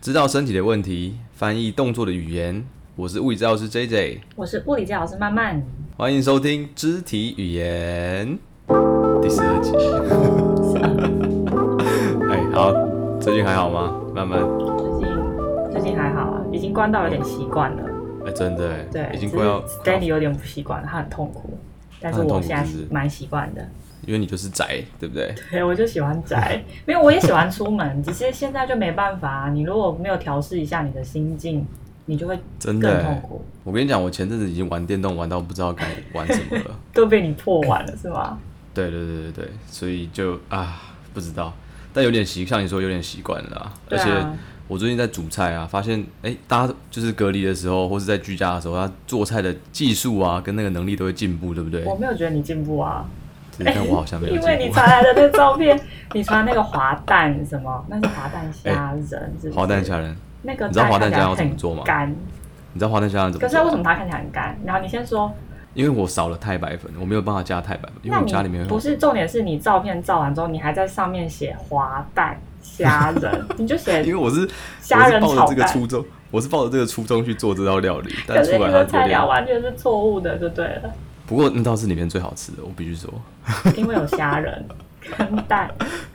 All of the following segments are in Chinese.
知道身体的问题，翻译动作的语言。我是物理治疗师 J J，我是物理治疗师曼曼。欢迎收听肢体语言第十二集。 哎，好，最近还好吗？慢慢，最近最近还好啊，已经关到有点习惯了。哎，真的哎，对，已经快要只是 Danny 有点不习惯，他很痛苦，但是他很痛我苦现在是不是蛮习惯的。因为你就是宅，对不对？对，我就喜欢宅， 没有我也喜欢出门，只是现在就没办法、啊你如果没有调试一下你的心境，你就会真更的痛哎苦，我跟你讲，我前阵子已经玩电动玩到不知道该玩什么了。都被你破完了是吗？对对对对对，所以就啊，不知道，但有点习，像你说有点习惯了啦。对而啊且我最近在煮菜啊，发现哎、大家就是隔离的时候，或是在居家的时候，他做菜的技术啊，跟那个能力都会进步，对不对？我没有觉得你进步啊，只是看我好 像没有因进为你 步。传来的那照片， 你传那个滑蛋什么，那是滑蛋虾仁，是不是滑蛋虾仁，那个你知道滑蛋看起虾来要怎么很做吗干，你知道滑蛋虾仁怎可么是为什做么吗？它看起来很干？然后你先说，因为我少了太白粉，我没有办法加太白粉，因为那我你家里面有不是重点是你照片照完之后，你还在上面写滑蛋虾 仁，你就写因为我是我虾是仁抱着炒这个蛋。初衷，我是抱着这个初衷去做这道料理，但可出是你来它有的菜啊点肴。完全是错误的，就对了，不过那道是里面最好吃的，我必须说。因为有虾仁跟蛋。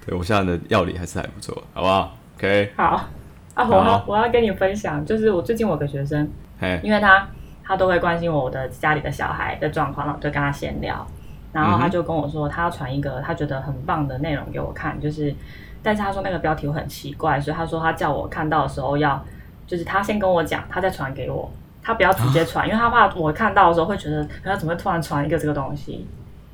对我现在的料理还是还不错，好不好？OK，好啊，我好要我要跟你分享，就是我最近我有个学生，嘿，因为他他都会关心我的家里的小孩的状况，然后我就跟他闲聊，然嗯后哼他就跟我说，他要传一个他觉得很棒的内容给我看，就是，但是他说那个标题我很奇怪，所以他说他叫我看到的时候要，就是他先跟我讲，他再传给我，他不要直啊接传，因为他怕我看到的时候会觉得他怎么会突然传一个这个东西，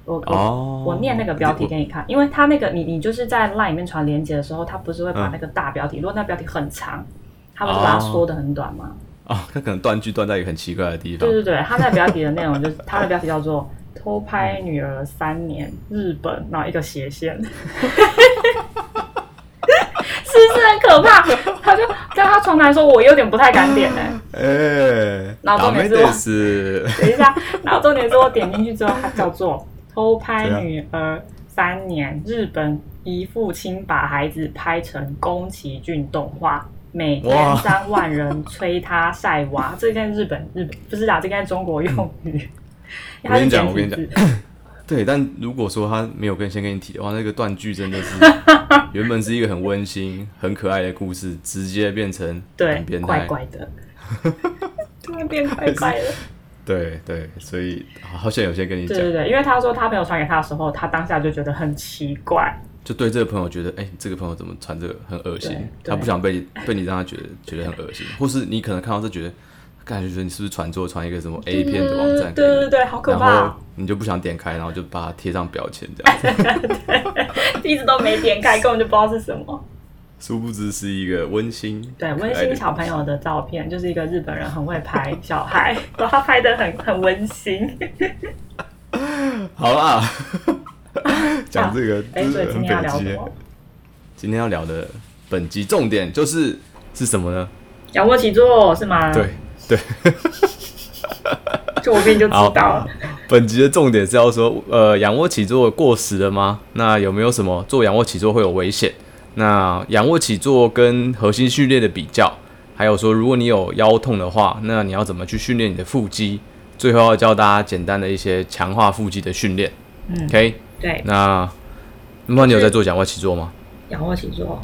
我我哦，我念那个标题给你看，因为他那个你你就是在 LINE 里面传链接的时候，他不是会把嗯那个大标题，如果那标题很长，他不是把它哦缩的很短吗？我哦，他可能断句断在一个很奇怪的地方对，对对，他那标题的内容就是 他的标题叫做“偷拍女儿三年日本”，然后一个斜线，是不是很可怕？他就在他传来说，我有点不太敢点哎、哎，打然后重点没是得我死，等一下，然后重点是我点进去之后，它叫做“偷拍女儿三年”，日本一父亲把孩子拍成宫崎骏动画，每哇天三万人催他晒娃。这件日本日本不是啊，这应该是中国用语。我跟你讲它是简体字，对，但如果说他没有跟先跟你提的话，那个断句真的 是原本是一个很温馨、很可爱的故事，直接变成很对，变怪态，怪的，突然变怪怪 的。对对，所以好像有些跟你对讲，对对，因为他说他朋友传给他的时候，他当下就觉得很奇怪。就对这个朋友觉得，哎、这个朋友怎么穿这个很恶心对，对他不想被被你让他觉得觉得很恶心，或是你可能看到这觉得，感觉觉得你是不是传错传一个什么 A 片的网站给嗯对对对你，对，好可然怕后。你就不想点开，然后就把它贴上标签这样 子，一直都没点 开，根本就不知道是什么。殊不知是一个温馨对，可爱温的馨小朋友的照片，就是一个日本人很会拍小孩， 把他拍的很很温馨。好啦， 讲这个哎，就所是以今很天要北聊什极么。？今天要聊的本集重点就是是什么呢？仰卧起坐是吗？对，对。就我跟你就知道了。本集的重点是要说，呃，仰卧起坐过时了吗？那有没有什么做仰卧起坐会有危险？那仰卧起坐跟核心训练的比较，还有说，如果你有腰痛的话，那你要怎么去训练你的腹肌？最后要教大家简单的一些强化腹肌的训练。嗯 OK，对，那那么你有在做仰卧起坐吗？仰卧起坐，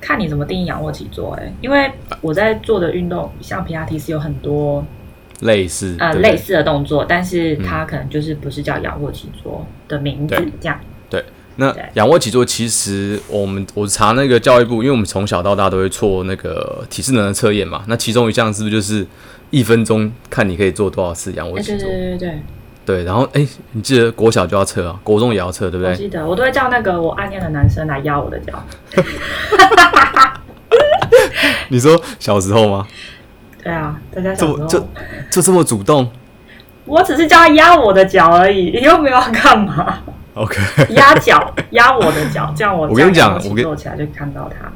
看你怎么定义仰卧起坐、哎，因为我在做的运动，像皮拉提斯有很多类似，呃对不对类似的动作，但是它可能就是不是叫仰卧起坐的名字对这样。那对仰卧起坐其实我们我查那个教育部，因为我们从小到大都会做那个体适能的测验嘛，那其中一项是不是就是一分钟看你可以做多少次仰卧哎，起对坐对？对对对，对，然后哎、你记得国小就要测啊，国中也要测，对不我对？记得，我都会叫那个我暗恋的男生来压我的脚。你说小时候吗？对啊，大家这想么说，就就这么主动我只是叫他压我的脚而已， 又没有要干 嘛， ？OK，压脚，压我的脚，这样我我跟你讲这样我跟坐起来就看到他，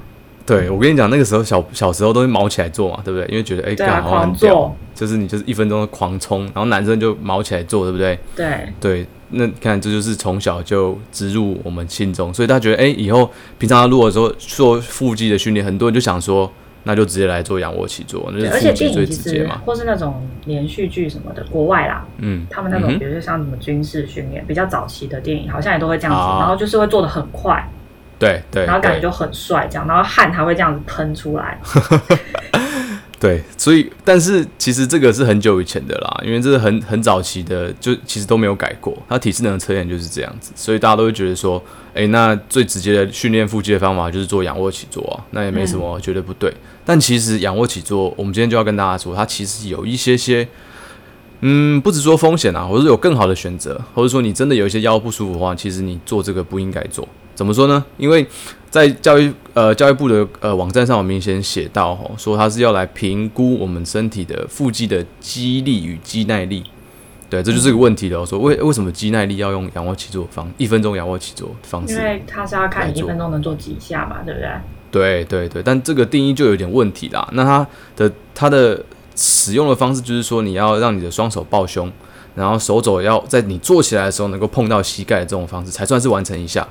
对我跟你讲，那个时候小小时候都会毛起来做嘛，对不对？因为觉得哎，对干、啊，好像狂很屌，坐，就是你就是一分钟狂冲，然后男生就毛起来做，对不对？对，对，那你看这就是从小就植入我们心中，所以他觉得，哎、以后平常他如果说做腹肌的训练，很多人就想说，那就直接来做仰卧起坐，那就对，是而腹且电肌影最其直接实嘛。或是那种连续剧什么的，国外啦，嗯，他们那种嗯哼比如说像什么军事训练，比较早期的电影好像也都会这样子，啊然后就是会做的很快，对对，然后感觉对就很帅这样，然后汗还会这样子喷 出来。对，所以但是其实这个是很久以前的啦，因为这是很很早期的，就其实都没有改过。它体适能的测验就是这样子，所以大家都会觉得说，诶，那最直接的训练腹肌的方法就是做仰卧起坐啊，那也没什嗯么，绝对不对。但其实仰卧起坐，我们今天就要跟大家说，它其实有一些些。嗯，不只说风险啊，或者是有更好的选择，或者说你真的有一些腰不舒服的话，其实你做这个不应该做。怎么说呢？因为在教育呃教育部的呃网站上，有明显写到哦，说它是要来评估我们身体的腹肌的肌力与肌耐力。对，这就是个问题了哦。说为为什么肌耐力要用仰卧起坐的方一分钟仰卧起坐的方式？因为他是要看来你一做分钟能做几下嘛，对不对？对对对，但这个定义就有点问题啦。那它的它的使用的方式就是说，你要让你的双手抱胸，然后手肘要在你坐起来的时候能够碰到膝盖的这种方式，才算是完成一下。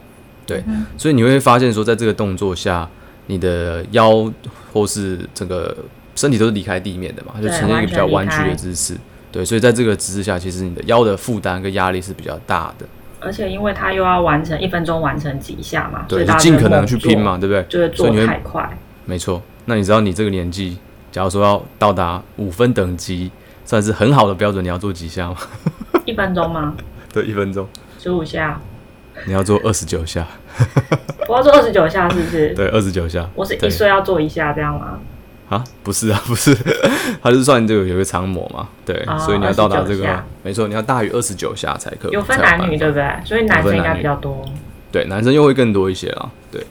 对，所以你会发现说，在这个动作下，你的腰或是整个身体都是离开地面的嘛，就对呈现一个比较弯曲的姿势。对，所以在这个姿势下，其实你的腰的负担跟压力是比较大的。而且因为他又要完成一分钟完成几下嘛，所对，以就大家尽会可能猛去做拼嘛，，对不对？就会所以做你会太快。没错，那你知道你这个年纪，假如说要到达五分等级，算是很好的标准，你要做几下吗？一分钟吗？ 对，一分钟，十五下，你要做二十九下，我要做二十九下，是不是？对，二十九下我是一对岁要做一下这样吗？啊？不是啊，不是， 它就是算这个有一个常模嘛，对，哦所以你要到达这29个下，没错，你要大于二十九下才可以，有分才办男女法对不对？所以男生应该比较多。对，男生又会更多一些啦。对，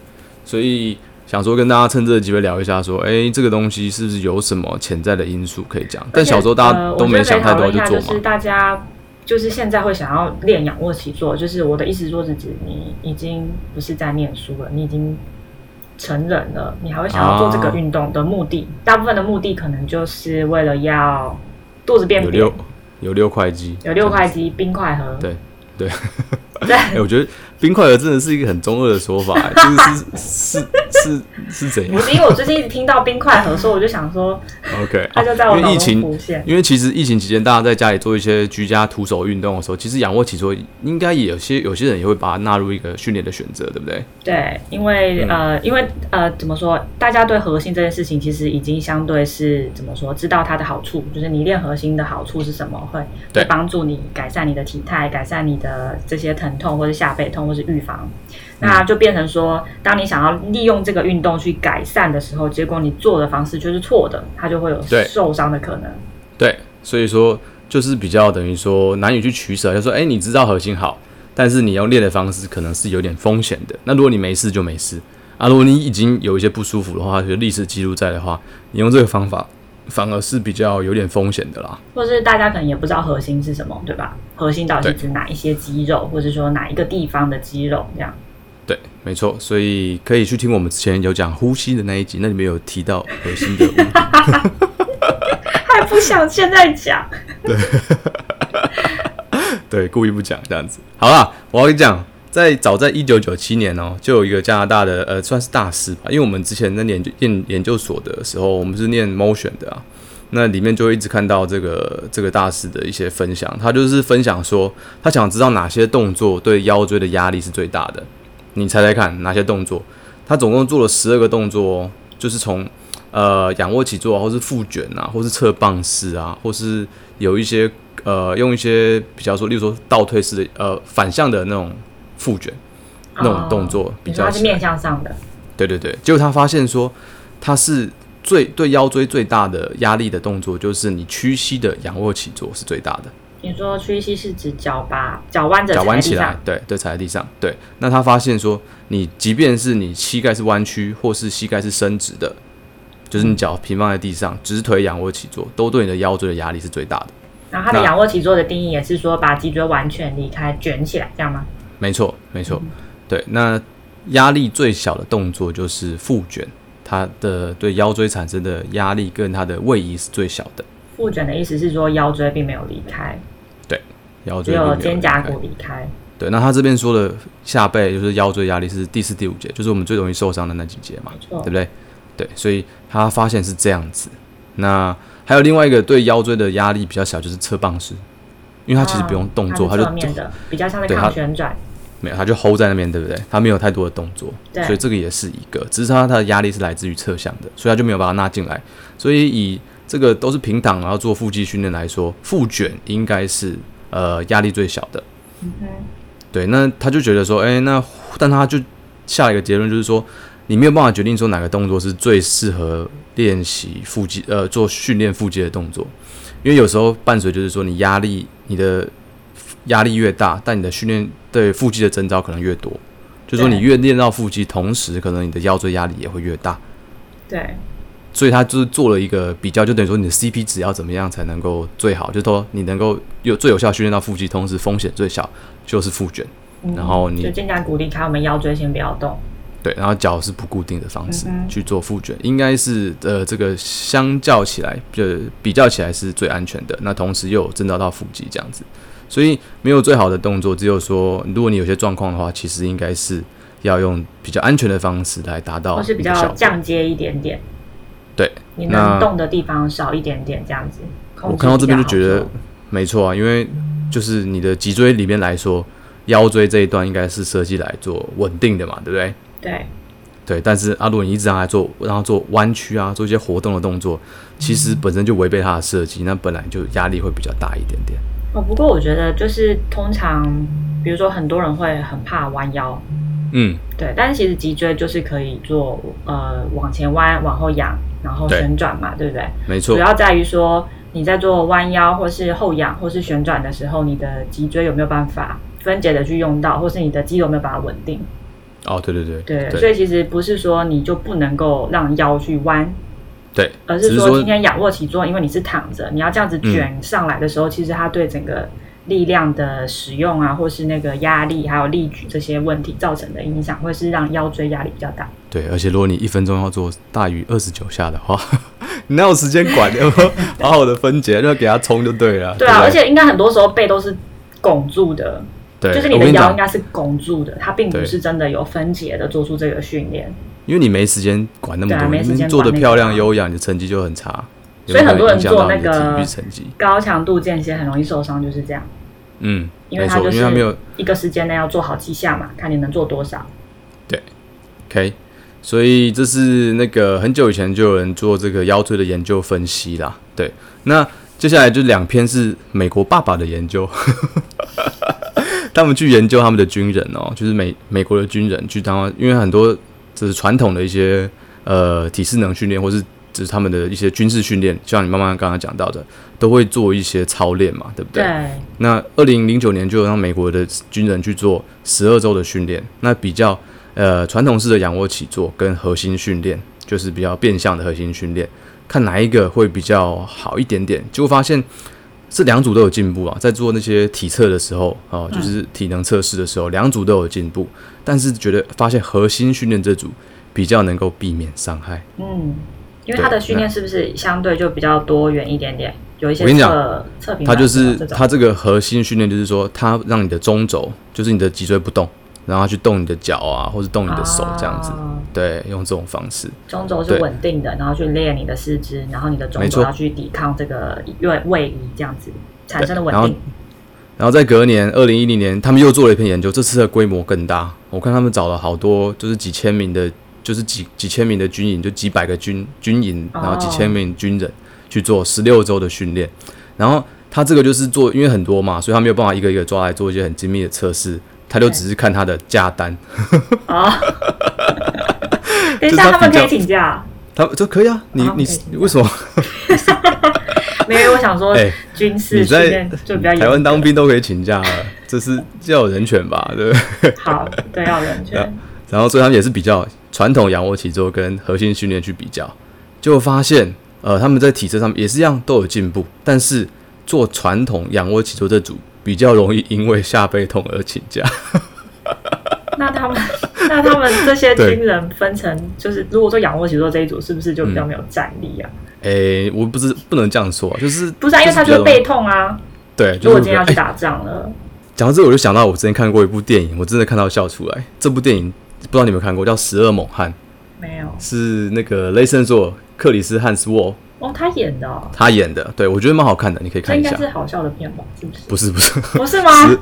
所以想说跟大家趁这个机会聊一下，说，哎、这个东西是不是有什么潜在的因素可以讲？但小时候大呃家我都没觉得可以想太讨多论一就下做就是嘛。大家就是现在会想要练仰卧起坐，就是我的意思说是指你已经不是在念书了，你已经成人了，你还会想要做这个运动的目的，嗯大部分的目的可能就是为了要肚子变有扁六，有六块肌，有六块肌，冰块盒，对对。对，哎、我觉得冰块盒真的是一个很中二的说法、欸， 就是是是是是怎不样是因为我最近一直听到冰块盒，所以我就想说， ？OK，它就在我哦因脑为疫中情，浮现。因为其实疫情期间大家在家里做一些居家徒手运动的时候，其实仰卧起坐应该也有些有些人也会把它纳入一个训练的选择，对不对？对，因为、嗯呃，因为呃，怎么说，大家对核心这件事情其实已经相对是怎么说，知道它的好处，就是你练核心的好处是什么，会对会帮助你改善你的体态，改善你的这些疼痛或者下背痛，或是预防。嗯那就变成说，当你想要利用这个运动去改善的时候，结果你做的方式就是错的，它就会有对受伤的可能。对，所以说就是比较等于说难以去取舍，就说哎、你知道核心好，但是你要练的方式可能是有点风险的。那如果你没事就没事啊，如果你已经有一些不舒服的话，就是历史记录在的话，你用这个方法反而是比较有点风险的啦。或是大家可能也不知道核心是什么，对吧？核心到底是指哪一些肌肉，或者说哪一个地方的肌肉这样？ 对，没错，所以可以去听我们之前有讲呼吸的那一集，那里面有提到核心的 问题。还不想现在讲，对，故意不讲这样子。好啦，我要跟你讲，在早在一九九七年哦、就有一个加拿大的呃，算是大师吧，因为我们之前在研究研研究所的时候，我们是念 motion 的啊，那里面就会一直看到这个这个大师的一些分享，他就是分享说，他想知道哪些动作对腰椎的压力是最大的。你猜猜看哪些动作？他总共做了十二个动作哦，就是从呃仰卧起坐啊，或是复卷啊，或是侧棒式啊，或是有一些呃用一些比较说，例如说倒退式的呃反向的那种复卷那种动作哦比你较说它是起来面向上的，对对对，结果他发现说，他是最对腰椎最大的压力的动作，就是你屈膝的仰卧起坐是最大的。你说屈膝是指脚把脚弯着脚踩弯在起地来上，，对对，踩在地上，对。那他发现说，你即便是你膝盖是弯曲，或是膝盖是伸直的，就是你脚平放在地上，直腿仰卧起坐，都对你的腰椎的压力是最大的。然后它的那仰卧起坐的定义也是说把脊椎完全离开卷起来，这样吗？没错，没错，对。那压力最小的动作就是复卷，它的对腰椎产生的压力跟它的位移是最小的。复卷的意思是说腰椎并没有离开，腰只椎并没有有肩离胛开骨离开。对，那他这边说的下背就是腰椎压力是第四、第五节，就是我们最容易受伤的那几节嘛，没错对不对？对，所以他发现是这样子。那还有另外一个对腰椎的压力比较小，就是侧棒式，因为他其实不用动作，啊他就侧面的比较像是对它抗旋转，没有，他就 hold 在那边，对不对？他没有太多的动作，对所以这个也是一个，只是他他的压力是来自于侧向的，所以他就没有把它纳进来。所以以这个都是平躺然后做腹肌训练来说，腹卷应该是呃压力最小的。嗯哼，对，那他就觉得说，哎、那但他就下一个结论就是说，你没有办法决定说哪个动作是最适合练习腹肌，呃，做训练腹肌的动作，因为有时候伴随就是说你压力，你的压力越大，但你的训练对腹肌的征兆可能越多，就是说对你越练到腹肌，同时可能你的腰椎压力也会越大，对，所以他就是做了一个比较，就等于说你的 CP 值要怎么样才能够最好，就是说你能够有最有效训练到腹肌，同时风险最小就是腹卷。嗯然后你就尽量鼓励他们腰椎先不要动，对，然后脚是不固定的方式、嗯哼去做复卷，应该是呃这个相较起来，就比较起来是最安全的。那同时又有征兆到腹肌这样子，所以没有最好的动作，只有说如果你有些状况的话，其实应该是要用比较安全的方式来达到或是比你的效较果降阶一点点，对。你那能动的地方少一点点，这样子。控制我看到这边就觉比较得好没错啊，因为就是你的脊椎里面来说，腰椎这一段应该是设计来做稳定的嘛，对不对？做对，对，但是阿鲁你一直让他做，让他做弯曲啊，做一些活动的动作，其实本身就违背他的设计，那本来就压力会比较大一点点。哦，不过我觉得就是通常，比如说很多人会很怕弯腰，嗯，对，但是其实脊椎就是可以做呃往前弯、往后仰，然后对旋转嘛，对不对？没错主，要在于说你在做弯腰或是后仰或是旋转的时候，你的脊椎有没有办法分解的去用到，或是你的肌肉有没有把它稳定。哦，对对对对，所对以其实不是说你就不能够让腰去弯，对，而只是是说说嗯今天仰卧起坐，因为你是躺着，你要这样子卷上来的时候，其实它对整个力量的使用啊，或是那个压力还有力矩这些问题造成的影响，会是让腰椎压力比较大。对，而且如果你一分钟要做大于二十九下的话，你哪有时间管？有没有好好的 分解，就给他冲就对了。对不啊，而且应该很多时候背都是拱住的，对，就是你我的跟腰讲应该是拱住的，它并不对是真的有分解的做出这个训练。因为你没时间管那么对啊多，没时你间做的管那漂个亮啊优雅，你的成绩就很差，有所以可很能多人影响做到那你的体个育成绩。高强度间歇很容易受伤，就是这样，嗯，因为没它错，就因为他没有是一个时间内要做好几下嘛，看你能做多少。 OK，所以这是那个很久以前就有人做这个腰椎的研究分析啦。对，那接下来就两篇是美国爸爸的研究， 他们去研究他们的军人哦，就是美美国的军人去当，因为很多就是传统的一些呃体适能训练，或是就是他们的一些军事训练，就像你妈妈刚刚讲到的，都会做一些操练嘛，对不对？对，那二零零九年就有让美国的军人去做十二周的训练，那比较呃传统式的仰卧起坐跟核心训练，就是比较变相的核心训练，看哪一个会比较好一点点。结果发现这两组都有进步啊，在做那些体测的时候啊、就是体能测试的时候，两组都有进步，但是觉得发现核心训练这组比较能够避免伤害。嗯，因为对它的训练是不是相对就比较多元一点点？有一些我跟你讲测测评它软就件是这种它这个核心训练，就是说它让你的中轴，就是你的脊椎不动，然后它去动你的脚啊，或是动你的手这样子。哦对，用这种方式。中轴是对稳定的，然后去练你的四肢，然后你的中没错轴要去抵抗这个位位移，这样子产生的稳然后定。然后在隔年二零一零年，他们又做了一篇研究，这次的规模更大。我看他们找了好多，就是几千名的，就是几几千名的军营，就几百个军军营，哦然后几千名军人去做十六周的训练。然后他这个就是做，因为很多嘛，所以他没有办法一个一个抓来做一些很精密的测试，他就对只是看他的价单。 哦，等就一是它下，他们比可较以请假？他这可以啊，你啊你可以你为什么？没有，我想说哎军事你训在练就比较严格台湾当兵都可以请假 了，这是要有人权吧？对不对？好，对，要人啊权。然后所以他们也是比较传统仰卧起坐跟核心训练去比较，结果发现呃他们在体测上面也是一样都有进步，但是做传统仰卧起坐这组比较容易因为下背痛而请假。 那他们，那他们这些对军人分成，就是如果说仰卧起坐这一组，是不是就比较没有战力啊？诶，我不是不能这样说，就是不是啊，因为他比就较容是易背痛啊。对，如就果是今天要比去较诶打仗了，讲到这个我就想 到我之前看过一部电影，我真的看到笑出来。这部电影不知道你有没有看过，叫《十二猛汉》。没有是那个雷神佐克里斯汉斯沃哦，他演的、哦，他演的，对我觉得蛮好看的，你可以这看应一该下。是好笑的片吧？是不 是？不是不是，不是吗？十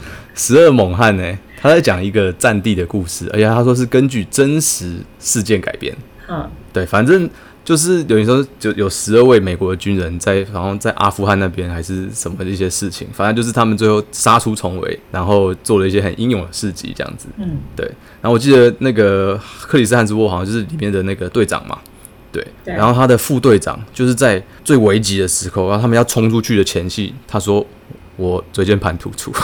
十二猛汉呢、欸他在讲一个战地的故事，而且他说是根据真实事件改编。嗯，对，反正就是有人说，就有十二位美国的军人在，好像在阿富汗那边还是什么的一些事情，反正就是他们最后杀出重围，然后做了一些很英勇的事迹，这样子。嗯，对。然后我记得那个克里斯汉斯沃好像就是里面的那个队长嘛，对。对然后他的副队长就是在最危急的时刻，然后他们要冲出去的前夕，他说：“我椎间盘突出。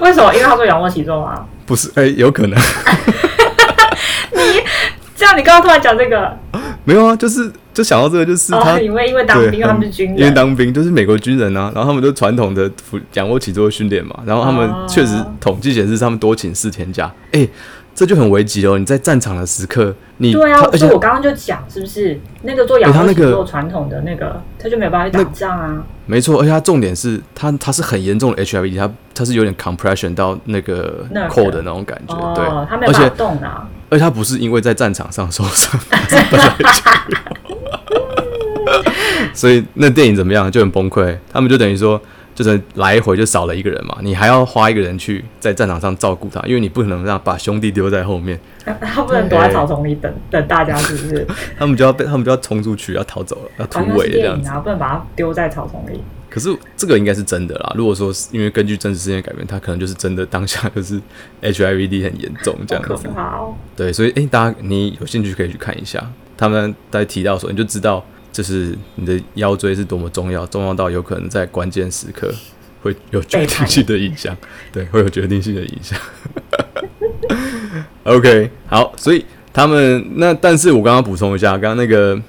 为什么？因为他说仰卧起坐啊 吗？”不是，哎、有可能这样你刚刚突然讲这个，没有啊，就是就想到这个，就是他、哦，因为因为当对，兵，因为他们是很军因为人，当兵就是美国军人啊，然后他们都传统的服仰卧起坐训练嘛，然后他们哦确实统计显示他们多请四天假，哎、这就很危急哦。你在战场的时刻，你对啊他，而所以且我刚刚就讲，是不是那个做仰哎他卧那起个坐传统的那个，他就没有办法去打仗啊？没错，而且他重点是他他是很严重的 HIV，他他是有点 compression 到那个那个 core 的那种感觉，对哦，他，没而有办法且动啊。而且他不是因为在战场上受伤， 所以那电影怎么样就很崩溃，他们就等于说。就是来回就少了一个人嘛，你还要花一个人去在战场上照顾他，因为你不可能让把兄弟丢在后面，他不能躲在草丛里等等大家，是不是？他们就要被他们就要冲出去，要逃走了，要突反正围是了这电样影子。啊，不能把它丢在草丛里。可是这个应该是真的啦，如果说是因为根据真实事件改编，他可能就是真的当下就是 HIV/D 很严重这样好可子。怕哦！对，所以诶，大家你有兴趣可以去看一下。他们在提到的时候，你就知道，就是你的腰椎是多么重要，重要到有可能在关键时刻会有决定性的影响。对，会有决定性的影响。OK，好，所以他们那，但是我刚刚补充一下，刚刚那个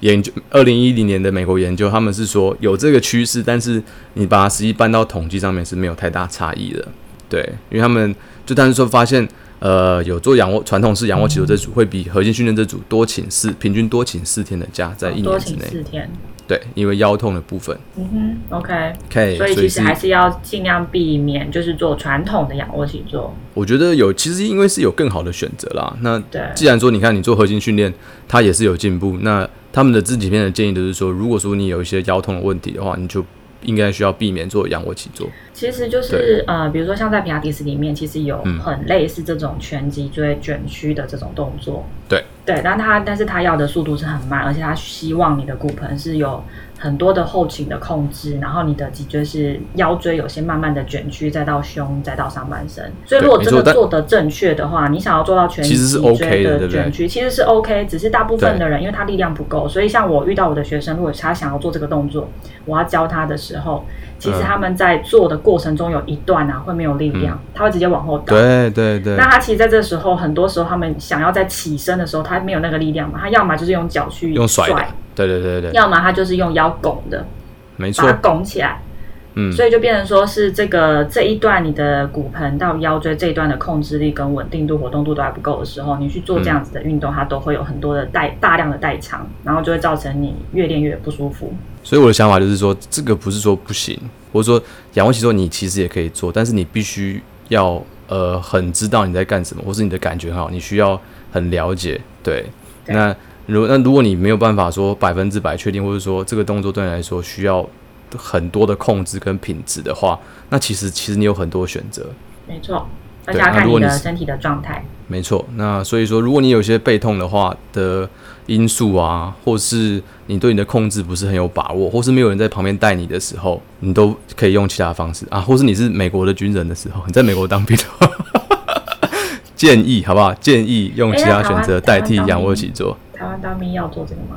研究，二零一零年的美国研究，他们是说有这个趋势，但是你把它实际搬到统计上面是没有太大差异的。对，因为他们就但是说发现，呃，有做仰卧传统式仰卧起坐这组会比核心训练这组多请四，平均多请四天的假，在一哦多年之请内。四天。对，因为腰痛的部分。嗯哼，OK。 OK，所以所以其实是还是要尽量避免，就是做传统的仰卧起坐。我觉得有，其实因为是有更好的选择啦。那对既然说你看你做核心训练，它也是有进步，那他们的自己片的建议就是说，如果说你有一些腰痛的问题的话，你就应该需要避免做仰卧起坐。其实就是呃，比如说像在皮亚迪斯里面，其实有嗯很类似这种全脊椎卷曲的这种动作。对对，但他但是他要的速度是很慢，而且他希望你的骨盆是有很多的后倾的控制，然后你的脊椎是腰椎有些慢慢的卷曲，再到胸，再到上半身。所以如果对真没错的但做得正确的话，你想要做到全其实是脊 OK 椎的对的不对卷曲，其实是 OK，只是大部分对的人因为他力量不够，所以像我遇到我的学生，如果他想要做这个动作，我要教他的时候，其实嗯他们在做的过程中有一段啊会没有力量，他会直接往后倒。对对对那他其实在这时候，很多时候他们想要在起身的时候，他没有那个力量嘛，他要么就是用脚去用甩的，对对对对，要么他就是用腰拱的，没把错它，拱起来。嗯所以就变成说是这个这一段你的骨盆到腰椎这一段的控制力跟稳定度、活动度都还不够的时候，你去做这样子的运动，它都会有很多的代大量的代偿，然后就会造成你越练越不舒服。所以我的想法就是说，这个不是说不行，或者说仰卧起坐你其实也可以做，但是你必须要呃很知道你在干什么，或是你的感觉很好，你需要很了解。对，对那如那如果你没有办法说百分之百确定，或者说这个动作对你来说需要很多的控制跟品质的话，那其实其实你有很多选择。没错，而对且要那看如你果的你是身体的状态。没错，那所以说，如果你有一些背痛的话的因素啊，或是你对你的控制不是很有把握，或是没有人在旁边带你的时候，你都可以用其他方式啊，或是你是美国的军人的时候，你在美国当兵的话， 建议好不好？建议用其他选哎择代替仰卧起坐。台湾当兵要做这个吗？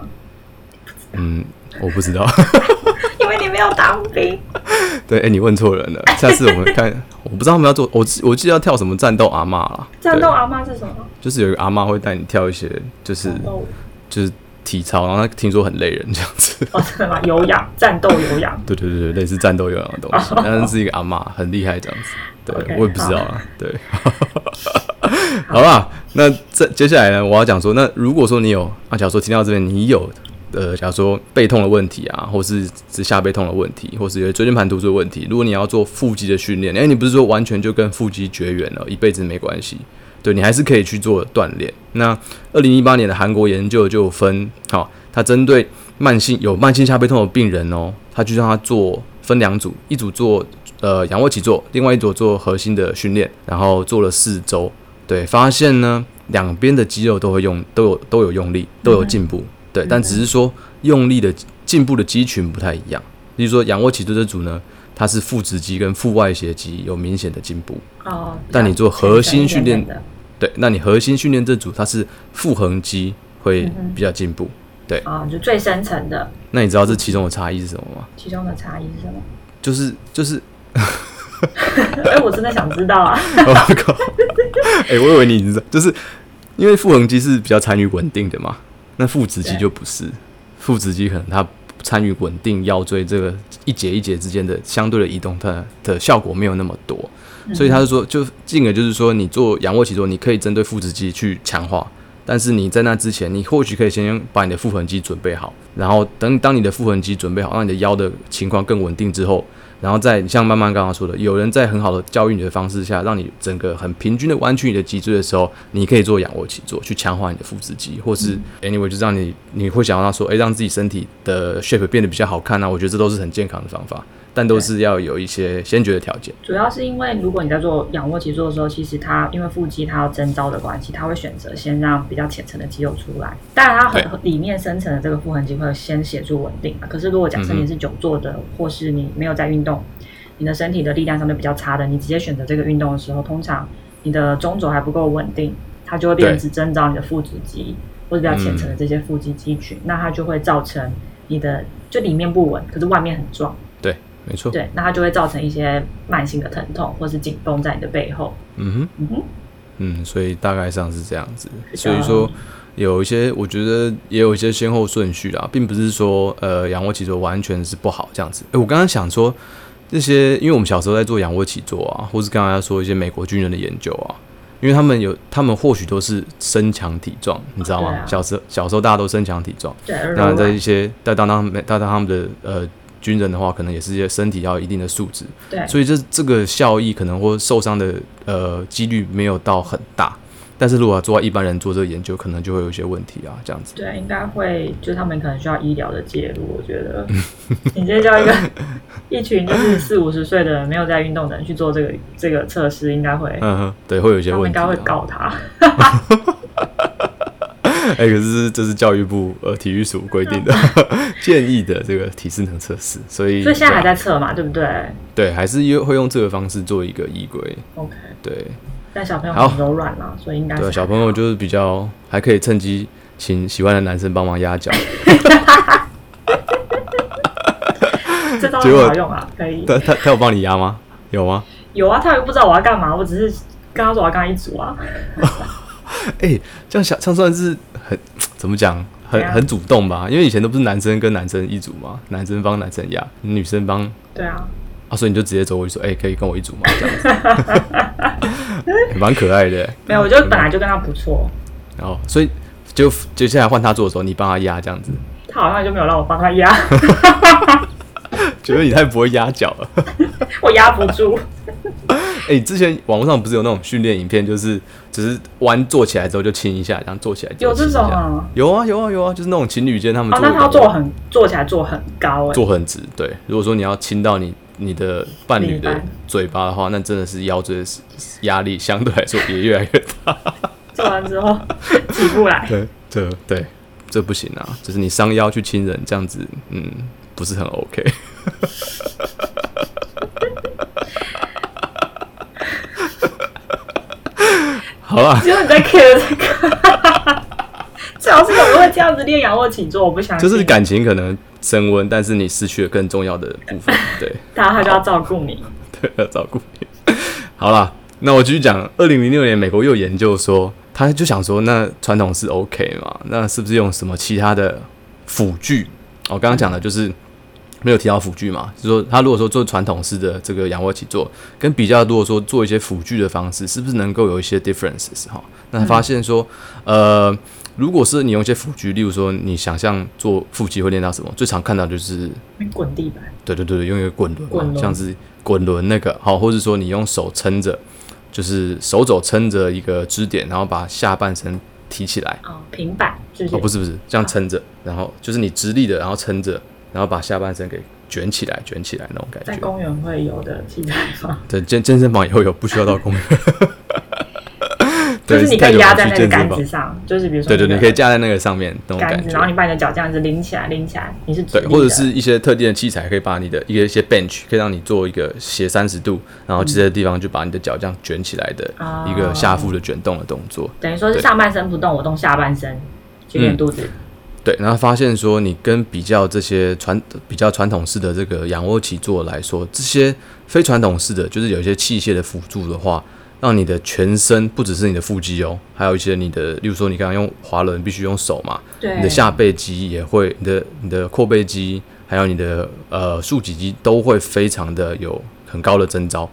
嗯，我不知道， 因为你没有当兵。对，哎、你问错 人了。下次我们看，我不知道他们要做，我记我记得要跳什么战斗阿嬷啦，战斗对阿妈是什么？就是有一个阿嬷会带你跳一些，就是战斗就是体操，然后她听说很累人这样子。哦，真的吗？有氧，战斗 有氧。对对对对，类似战斗有氧的东西，但是一个阿嬷很厉害这样子。对 OK，我也不知道啊。对， 好吧，那这接下来呢，我要讲说，那如果说你有啊，假如说听到这边你有呃，假如说背痛的问题啊，或是是下背痛的问题，或是有椎间盘突出的问题，如果你要做腹肌的训练，哎、你不是说完全就跟腹肌绝缘了，一辈子没关系。对你还是可以去做锻炼。那二零一八年的韩国研究就有分，好、它针对慢性有慢性下背痛的病人哦，他就让他做分两组，一组做呃仰卧起坐，另外一组做核心的训练，然后做了四周，对，发现呢两边的肌肉都会用都有都有用力，都有进步，对，但只是说用力的进步的肌群不太一样。例如说仰卧起坐这组呢，它是腹直肌跟腹外斜肌有明显的进步，哦，比较但你做核心训练浅层一点对，那你核心训练这组它是腹横肌会比较进步。的啊，就最深层的那你知道这其中的差异是什么吗？其中的差异是什么？ 就是就是，哎，我真的想知道啊。 我靠！哎、我以为你知道，就是因为腹横肌是比较参与稳定的嘛，那腹直肌对就不是，腹直肌可能它参与稳定腰椎这个一节一节之间的相对的移动，它的效果没有那么多，所以他就说，就进而就是说，你做仰卧起坐，你可以针对腹直肌去强化。但是你在那之前，你或许可以先把你的腹横肌准备好，然后等当你的腹横肌准备好，让你的腰的情况更稳定之后，然后再像曼曼刚刚说的，有人在很好的教育你的方式下，让你整个很平均的弯曲你的脊椎的时候，你可以做仰卧起坐，去强化你的腹直肌，或是 anyway 就让你你会想要说，哎，让自己身体的 shape 变得比较好看啊。我觉得这都是很健康的方法，但都是要有一些先决的条件。主要是因为如果你在做仰卧起坐的时候，其实它因为腹肌它要增招的关系，它会选择先让比较浅层的肌肉出来。当然，它很里面深层的这个腹横肌会先协助稳定啊。可是如果假设你是久坐的，或是你没有在运动，你的身体的力量相对比较差的，你直接选择这个运动的时候，通常你的中轴还不够稳定，它就会变成对只增长你的腹直肌或者比较浅层的这些腹肌肌群，那它就会造成你的就里面不稳，可是外面很壮。对，没错。对，那它就会造成一些慢性的疼痛或是紧绷在你的背后。嗯嗯哼啊哼，嗯，所以大概上是这样子。比所以较说，有一些我觉得也有一些先后顺序啦，并不是说呃仰卧起坐完全是不好这样子。诶，我刚刚想说这些，因为我们小时候在做仰卧起坐啊，或是刚才说一些美国军人的研究啊。因为他们有，他们或许都是身强体壮，你知道吗？对啊小时候小时候大家都身强体壮，对，啊那柔在软一些在当当在当他们的呃军人的话，可能也是一些身体要有一定的素质，对，所以这这个效益可能或受伤的呃几率没有到很大，但是如果做到一般人做这个研究，可能就会有一些问题啊，这样子。对，应该会，就是他们可能需要医疗的介入。我觉得，嗯你这叫一个一群就是四五十岁的人没有在运动的人去做这个这个测试，应该会，嗯哼，对，会有一些他们问应题、该啊。会告他。 哎、可是这是教育部呃体育署规定 的建议的这个体适能测试，所以所以现在还对啊在测嘛，对不对对，还是用会用这个方式做一个依规。 ？OK，对但小朋友好很柔软啦，所以应该对啊，是小朋友就是比较还可以趁机请喜欢的男生帮忙压脚， 这招结果很好用啊，可以。他他他有帮你压吗？有吗？有啊，他也不知道我要干嘛，我只是跟他说我要跟他一组啊。哎、这样想，这样算是很怎么讲，很怎样很主动吧？因为以前都不是男生跟男生一组嘛，男生帮男生压，女生帮对啊，啊，所以你就直接走过去说，哎、可以跟我一组吗？这样子， 欸蛮、可爱的、欸。没有，我就本来就跟他不错，然后，所以就接下来换他做的时候，你帮他压，这样子，他好像就没有让我帮他压，觉得你太不会压脚了。 我压不住。哎、之前网络上不是有那种训练影片，就是只是弯坐起来之后就亲一下，然后坐起来之后 有这亲一下种啊？有啊有啊有啊，就是那种情侣间他们哦，做的那他要动坐作很坐起来坐很高哎、坐很直，对。如果说你要亲到你你的伴另侣一的半嘴巴的话，那真的是腰椎的压力相对来说也越来越大。坐完之后起 不来。对，这对这不行啊！就是你伤腰去亲人这样子，嗯，不是很 OK。好啦，只有你在 care 这个， 最好是有人会这样子练仰卧起坐，我不相信。就是感情可能升温，但是你失去了更重要的部分，对。他他就要照顾你， 对，要照顾你。好啦，那我继续讲。二零零六年，美国又有研究说，他就想说，那传统是 OK 嘛？那是不是用什么其他的辅具？我刚刚讲的就是没有提到辅具嘛，就是说他如果说做传统式的这个仰卧起坐，跟比较如果说做一些辅具的方式，是不是能够有一些 differences 哈？那发现说，呃。如果是你用一些辅具，例如说你想象做腹肌会练到什么，最常看到就是滚地板。对对对，用一个滚轮嘛，滚轮像是滚轮那个好，或者说你用手撑着就是手肘撑着一个支点，然后把下半身提起来。哦，平板是不是？哦，不是不是，这样撑着，然后就是你直立的，然后撑着，然后把下半身给卷起来，卷起来那种感在觉。公园会有的器材吗？对，健健身房以后有不需要到 公园。就对，是你可太以久压没在去那个健杆身子房。上，就是比如说对对，那你个可以架在那个上面那种杆感子，觉然后。你把你的脚这样子拎起来，拎起来，你是直对，立的或者是一些特定的器材，可以把你的一个一些 bench 可以让你做一个斜三十度，然后这些地方就把你的脚这样卷起来的一个下腹的卷动的动作。等于说是对上半身不动，我动下半身去嗯练肚子。对，然后发现说你跟比较这些传比较传统式的这个仰卧起坐来说，这些非传统式的就是有一些器械的辅助的话，让你的全身不只是你的腹肌哦，还有一些你的，例如说你刚刚用滑轮必须用手嘛，对，你的下背肌也会，你的你的阔背肌，还有你的呃竖脊肌都会非常的有很高的增招，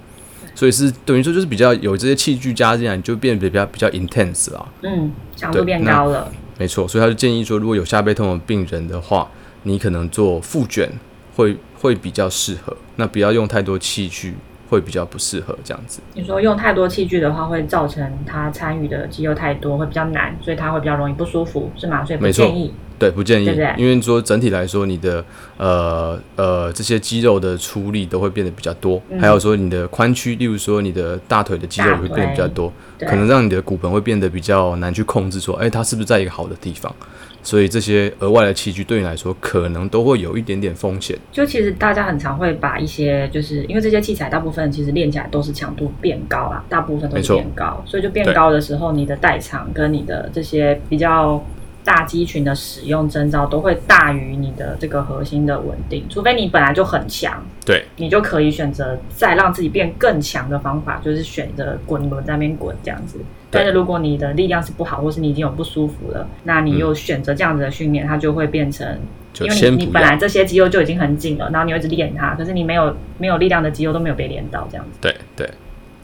所以是等于说就是比较有这些器具加进来，你就变得比较比较 intense 啊，嗯强度对变那高了。没错，所以他就建议说，如果有下背痛的病人的话，你可能做腹卷会会比较适合，那不要用太多器具会比较不适合这样子。你说用太多器具的话，会造成他参与的肌肉太多，会比较难，所以他会比较容易不舒服，是吗？所以不没错建议。对，不建议，对不对因为说整体来说，你的呃呃这些肌肉的出力都会变得比较多，嗯还有说你的髋屈，例如说你的大腿的肌肉也会变得比较多，对可能让你的骨盆会变得比较难去控制说，哎，它是不是在一个好的地方？所以这些额外的器具对你来说，可能都会有一点点风险。就其实大家很常会把一些，就是因为这些器材大部分其实练起来都是强度变高啦，大部分都没是错变高，所以就变高的时候，你的代偿跟你的这些比较大肌群的使用征兆都会大于你的这个核心的稳定，除非你本来就很强，对，你就可以选择再让自己变更强的方法，就是选择滚轮在那边滚这样子。但是如果你的力量是不好，或是你已经有不舒服了，那你又选择这样子的训练，它就会变成，就因为先你你不本要来。这些肌肉就已经很紧了，然后你又一直练它，可是你没有没有力量的肌肉都没有被练到这样子。对对，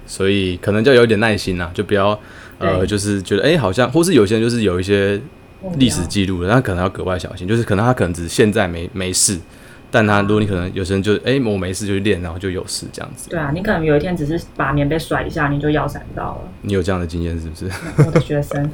所以可能就有点耐心啦，就不要呃，对就是觉得哎、好像，或是有些人就是有一些目历标史记录的，他可能要格外小心，就是可能他可能只是现在没没事，但他如果你可能有些人就哎、我没事就去练，然后就有事这样子，对啊，你可能有一天只是把棉被甩一下，你就腰闪到了。 你有这样的经验是不是？我的学生，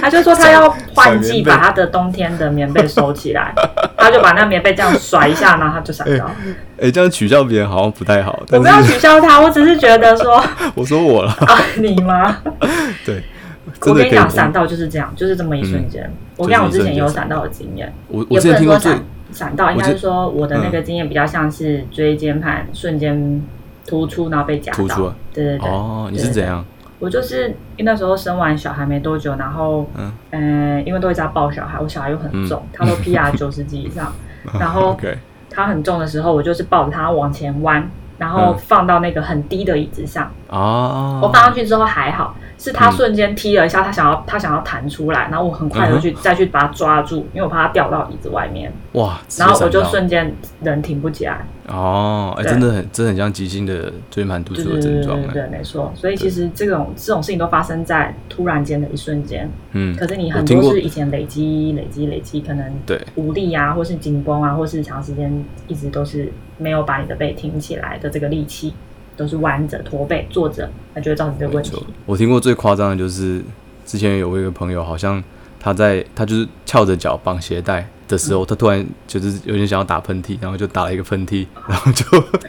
他就说他要换季甩棉被把他的冬天的棉被收起来，他就把那棉被这样甩一下，然后他就闪到。 哎、这样取笑别人好像不太好，我但没有是取笑他，我只是觉得说 啊，我说我了，你吗？ 对，我真的可跟你以嗯讲，闪到就是这样，就是这么一瞬间。我跟你讲，我之前也有闪到的经验，我我也之前不能听过说最嗯闪闪到，应该是说我的那个经验比较像是椎间盘瞬间突出，然后被夹突出到啊。对对对，哦，你是对怎样？我就是因为那时候生完小孩没多久，然后嗯嗯、呃因为都一直在抱小孩，我小孩又很重， 他都 PR 九十几以上，然后嗯 OK，他很重的时候，我就是抱着他往前弯，然后嗯放到那个很低的椅子上。哦，我放上去之后还好，是嗯他瞬间踢了一下，他想要他想要弹出来，然后我很嗯快就去、再去把他抓住，因为我怕他掉到椅子外面，哇，直接然后我闪就到瞬间人挺不起来。哦，哎、对真的很，真的很像急性的椎间盘突对出对的对症对状对哎、对，没错。所以其实这种这种事情都发生在突然间的一瞬间，嗯，可是你我很听多过是以前累积累积累积，可能对无力啊，或是紧绷啊，或是长时间一直都是没有把你的背挺起来的这个力气，都是弯着驼背坐着，那就会造成这个问错题。我听过最夸张的就是，之前有一个朋友，好像他在他就是翘着脚绑鞋带的时候，他突然就是有点想要打喷嚏，然后就打了一个喷嚏，然后就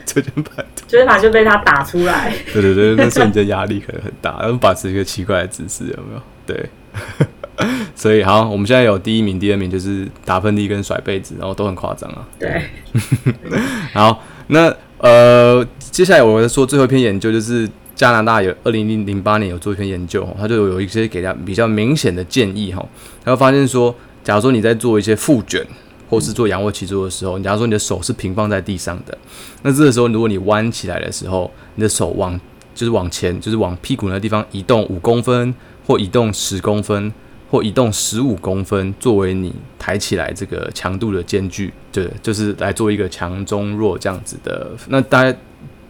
椎间盘突。就是反正就被他打出来。 对对对，那瞬间压力可能很大，然后保持一个奇怪的姿势，有没有？对。所以好，我们现在有第一名、第二名，就是打喷嚏跟甩被子，然后都很夸张啊。对，好，那呃，接下来我要说最后一篇研究，就是加拿大有二零零零八年有做一篇研究，哦它就有一些给大家比较明显的建议哈。然后发现说，假如说你在做一些复卷或是做仰卧起坐的时候，假如说你的手是平放在地上的，那这个时候如果你弯起来的时候，你的手往就是往前，就是往屁股那地方移动五公分或移动十公分。或移动十五公分作为你抬起来这个强度的间距，对，就是来做一个强中弱这样子的。那大概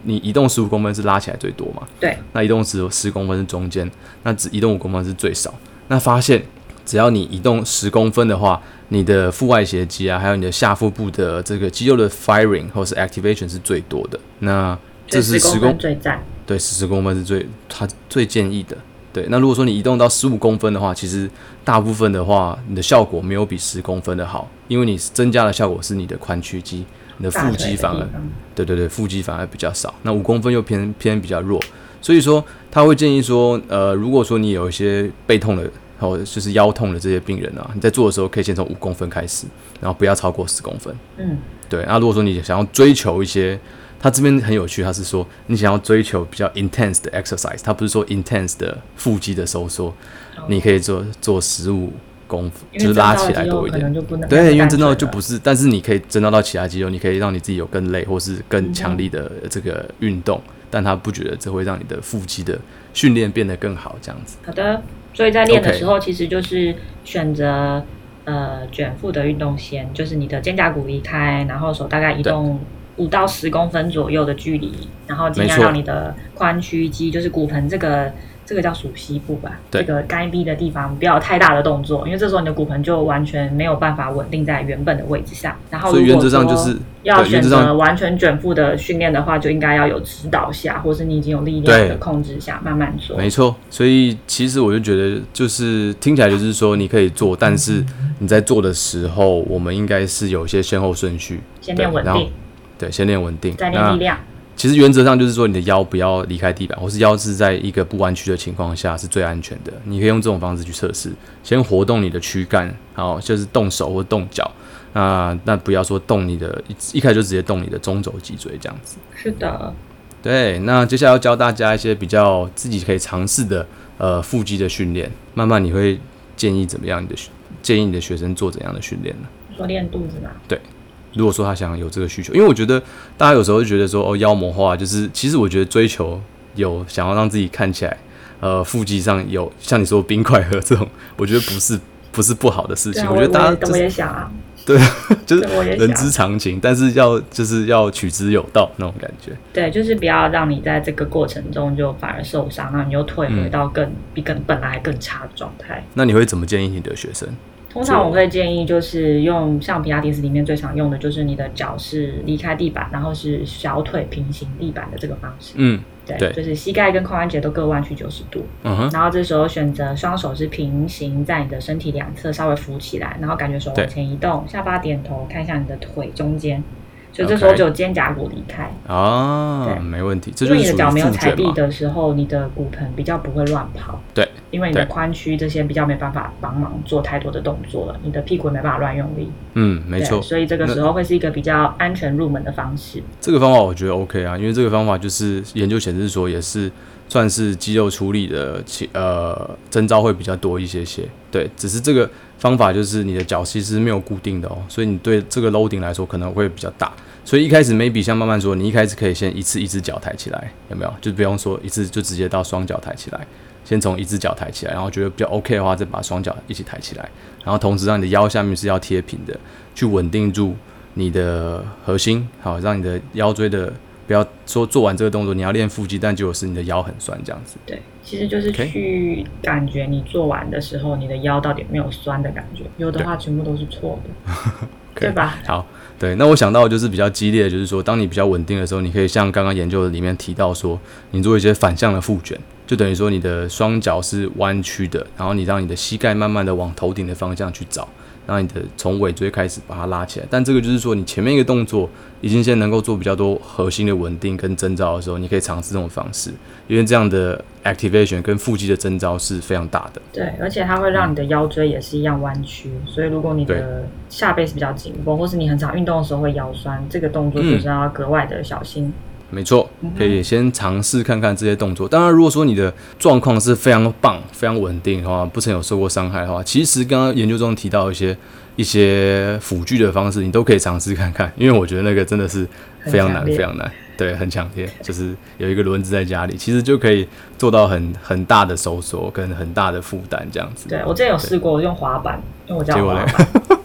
你移动十五公分是拉起来最多嘛？对。那移动十十公分是中间，那只移动五公分是最少。那发现只要你移动十公分的话，你的腹外斜肌啊，还有你的下腹部的这个肌肉的 firing 或是 activation 是最多的。那这是十十公公分最赞，对，十四公分是最他最建议的。对，那如果说你移动到十五公分的话，其实大部分的话，你的效果没有比十公分的好，因为你增加的效果是你的髋屈肌，你的大腹腿肌的反地而方对对对，腹肌反而比较少。那五公分又偏偏比较弱，所以说他会建议说，呃，如果说你有一些背痛的，还有就是腰痛的这些病人啊，你在做的时候可以先从五公分开始，然后不要超过十公分。嗯，对，那如果说你想要追求一些，他这边很有趣，他是说你想要追求比较 intense 的 exercise，他不是说 intense 的腹肌的收缩，你可以做做十五公分，哦因就为是增拉到起的来肌肉多一可点能。就不能对，因为真真的就不是，但是你可以真的到其他肌肉，你可以让你自己有更累或是嗯更强力的这个运动，但他不觉得这会让你的腹肌的训练变得更好，这样子。好的，所以在练的 OK 时候，其实就是选择呃卷腹的运动先，就是你的肩胛骨离开，然后手大概移动五到十公分左右的距离，然后尽量没错让你的髋屈肌，就是骨盆这个这个叫属膝部吧，对这个该逼的地方不要有太大的动作，因为这时候你的骨盆就完全没有办法稳定在原本的位置上。然后所以如原果则上就说是要对原选则择上完全卷腹的训练的话，就应该要有指导下，或是你已经有力量对的控制下，慢慢做。没错，所以其实我就觉得，就是听起来就是说你可以做，但是你在做的时候，我们应该是有一些先后顺序，先练对稳然后定，对，先练稳定，再练力那量。其实原则上就是说，你的腰不要离开地板，或是腰是在一个不弯曲的情况下是最安全的。你可以用这种方式去测试，先活动你的躯干，好，就是动手或动脚。那那不要说动你的，一一开始就直接动你的中轴脊椎这样子。是的，对，那接下来要教大家一些比较自己可以尝试的呃腹肌的训练。慢慢你会建议怎么样你的学建议你的学生做怎样的训练呢？说练肚子嘛，如果说他想有这个需求，因为我觉得大家有时候就觉得说哦妖魔化，就是其实我觉得追求有想要让自己看起来呃腹肌上有像你说冰块盒这种，我觉得不是 不是不好的事对情。啊，我我觉得大家我也就我是也想啊，对，就是对我也人想之常情，但是要就是要取之有道那种感觉。对，就是不要让你在这个过程中就反而受伤，那你又退回到更、比更本来更差的状态。那你会怎么建议你的学生？通常我会建议就是用像皮拉提斯里面最常用的就是你的脚是离开地板，然后是小腿平行地板的这个方式。嗯对，对就是膝盖跟髋关节都各弯曲九十度，嗯哼，然后这时候选择双手是平行在你的身体两侧稍微扶起来，然后感觉手对往前移动，下巴点头，看一下你的腿中间，所以这时候 OK 只有肩胛骨离开。啊对，没问题，这因就为是你的属于脚没有复踩卷地嘛。的时候，你的骨盆比较不会乱跑，对，因为你的对髋屈这些比较没办法帮忙做太多的动作了，你的屁股也没办法乱用力，嗯，没对错。所以这个时候会是一个比较安全入门的方式。这个方法我觉得 OK 啊，因为这个方法就是研究显示说也是算是肌肉处理的其呃征兆会比较多一些些。对，只是这个方法就是你的脚其实没有固定的哦，所以你对这个 loading 来说可能会比较大。所以一开始 maybe 像慢慢说，你一开始可以先一次一只脚抬起来，有没有？就不用说一次就直接到双脚抬起来，先从一只脚抬起来，然后觉得比较 OK 的话，再把双脚一起抬起来，然后同时让你的腰下面是要贴平的，去稳定住你的核心，好，让你的腰椎的不要说做完这个动作，你要练腹肌，但结果是你的腰很酸这样子。对，其实就是 OK 去感觉你做完的时候，你的腰到底有没有酸的感觉，有的话全部都是错的，对吧？好，对，那我想到就是比较激烈，的就是说，当你比较稳定的时候，你可以像刚刚研究的里面提到说，你做一些反向的复卷，就等于说你的双脚是弯曲的，然后你让你的膝盖慢慢的往头顶的方向去找，让你的从尾椎开始把它拉起来。但这个就是说，你前面一个动作已经先能够做比较多核心的稳定跟征兆的时候，你可以尝试这种方式，因为这样的 activation 跟腹肌的征兆是非常大的。对，而且它会让嗯你的腰椎也是一样弯曲，所以如果你的下背是比较紧绷，或是你很常运动的时候会腰酸，这个动作就是嗯要格外的小心。没错，可以先尝试看看这些动作。嗯当然，如果说你的状况是非常棒、非常稳定的话，不曾有受过伤害的话，其实刚刚研究中提到一些一些辅具的方式，你都可以尝试看看。因为我觉得那个真的是非 常难、很强烈非常难，对，很强烈。就是有一个轮子在家里，其实就可以做到很很大的收缩跟很大的负担这样子。对我之前有试过，我用滑板，因为我家结有果滑嘞板，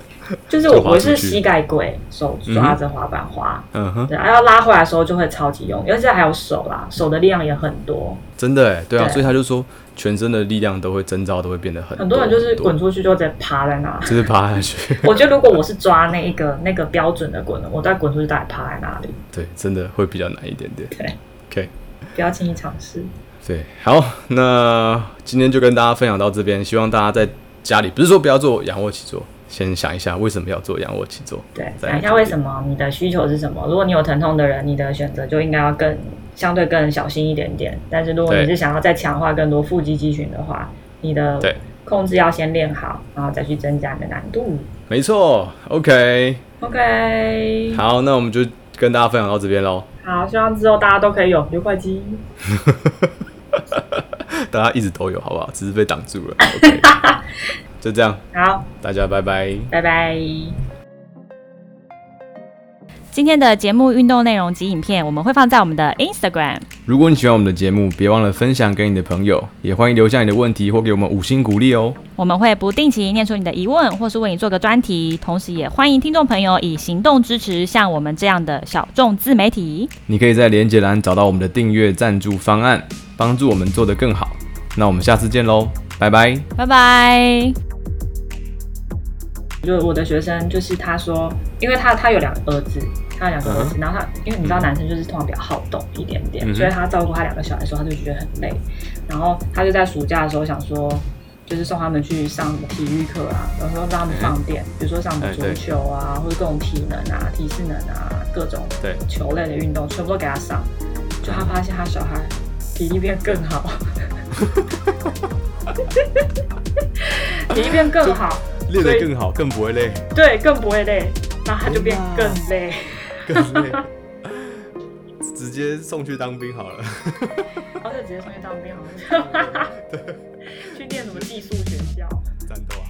就是 我就滑我出去是膝盖跪，手抓着滑板滑，嗯哼，对，然后拉回来的时候就会超级用力，而且还有手啦，手的力量也很多。真的哎，对啊，对所以他就说全身的力量都会征兆都会变得很很多人就是很多 滚出去就直接趴在那。就是爬下去。 我觉得如果我是抓那一个那个标准的滚，我再滚出去，大概趴在那里。对，真的会比较难一点点。对 OK，不要轻易尝试。对，好，那今天就跟大家分享到这边，希望大家在家里不是说不要做仰卧起坐，先想一下为什么要做仰卧起坐。对，再想一下考为虑什么你的需求是什么。如果你有疼痛的人，你的选择就应该要更相对更小心一点点。但是如果你对是想要再强化更多腹肌肌群的话，你的对控制要先练好，然后再去增加你的难度。没错，OK， OK，好，那我们就跟大家分享到这边喽。好，希望之后大家都可以有愉快肌。 大家一直都有，好不好？只是被挡住了。OK，就这样，好，大家拜拜。拜拜。今天的节目运动内容及影片，我们会放在我们的 Instagram。如果你喜欢我们的节目，别忘了分享给你的朋友，也欢迎留下你的问题或给我们五星鼓励哦。我们会不定期念出你的疑问，或是为你做个专题，同时也欢迎听众朋友以行动支持像我们这样的小众自媒体。你可以在连接栏找到我们的订阅赞助方案，帮助我们做得更好。那我们下次见喽，拜拜。拜拜。就是我的学生，就是他说，因为他他有两个儿子，他有两个儿子，然后他因为你知道男生就是通常比较好动一点点，嗯哼所以他照顾他两个小孩的时候，他就觉得很累。然后他就在暑假的时候想说，就是送他们去上什么体育课啊，有时候让他们放电，比如说上什么哎足对球啊，或者各种体能啊、体适能啊，各种对球类的运动，全部都给他上。就他发现他小孩体力变更好，体力变更好。练得更好，更不会累，对，更不会累，然后他就变更累。更累。直接送去当兵好了。然后就直接送去当兵，好像去念什么技术学校。战斗啊！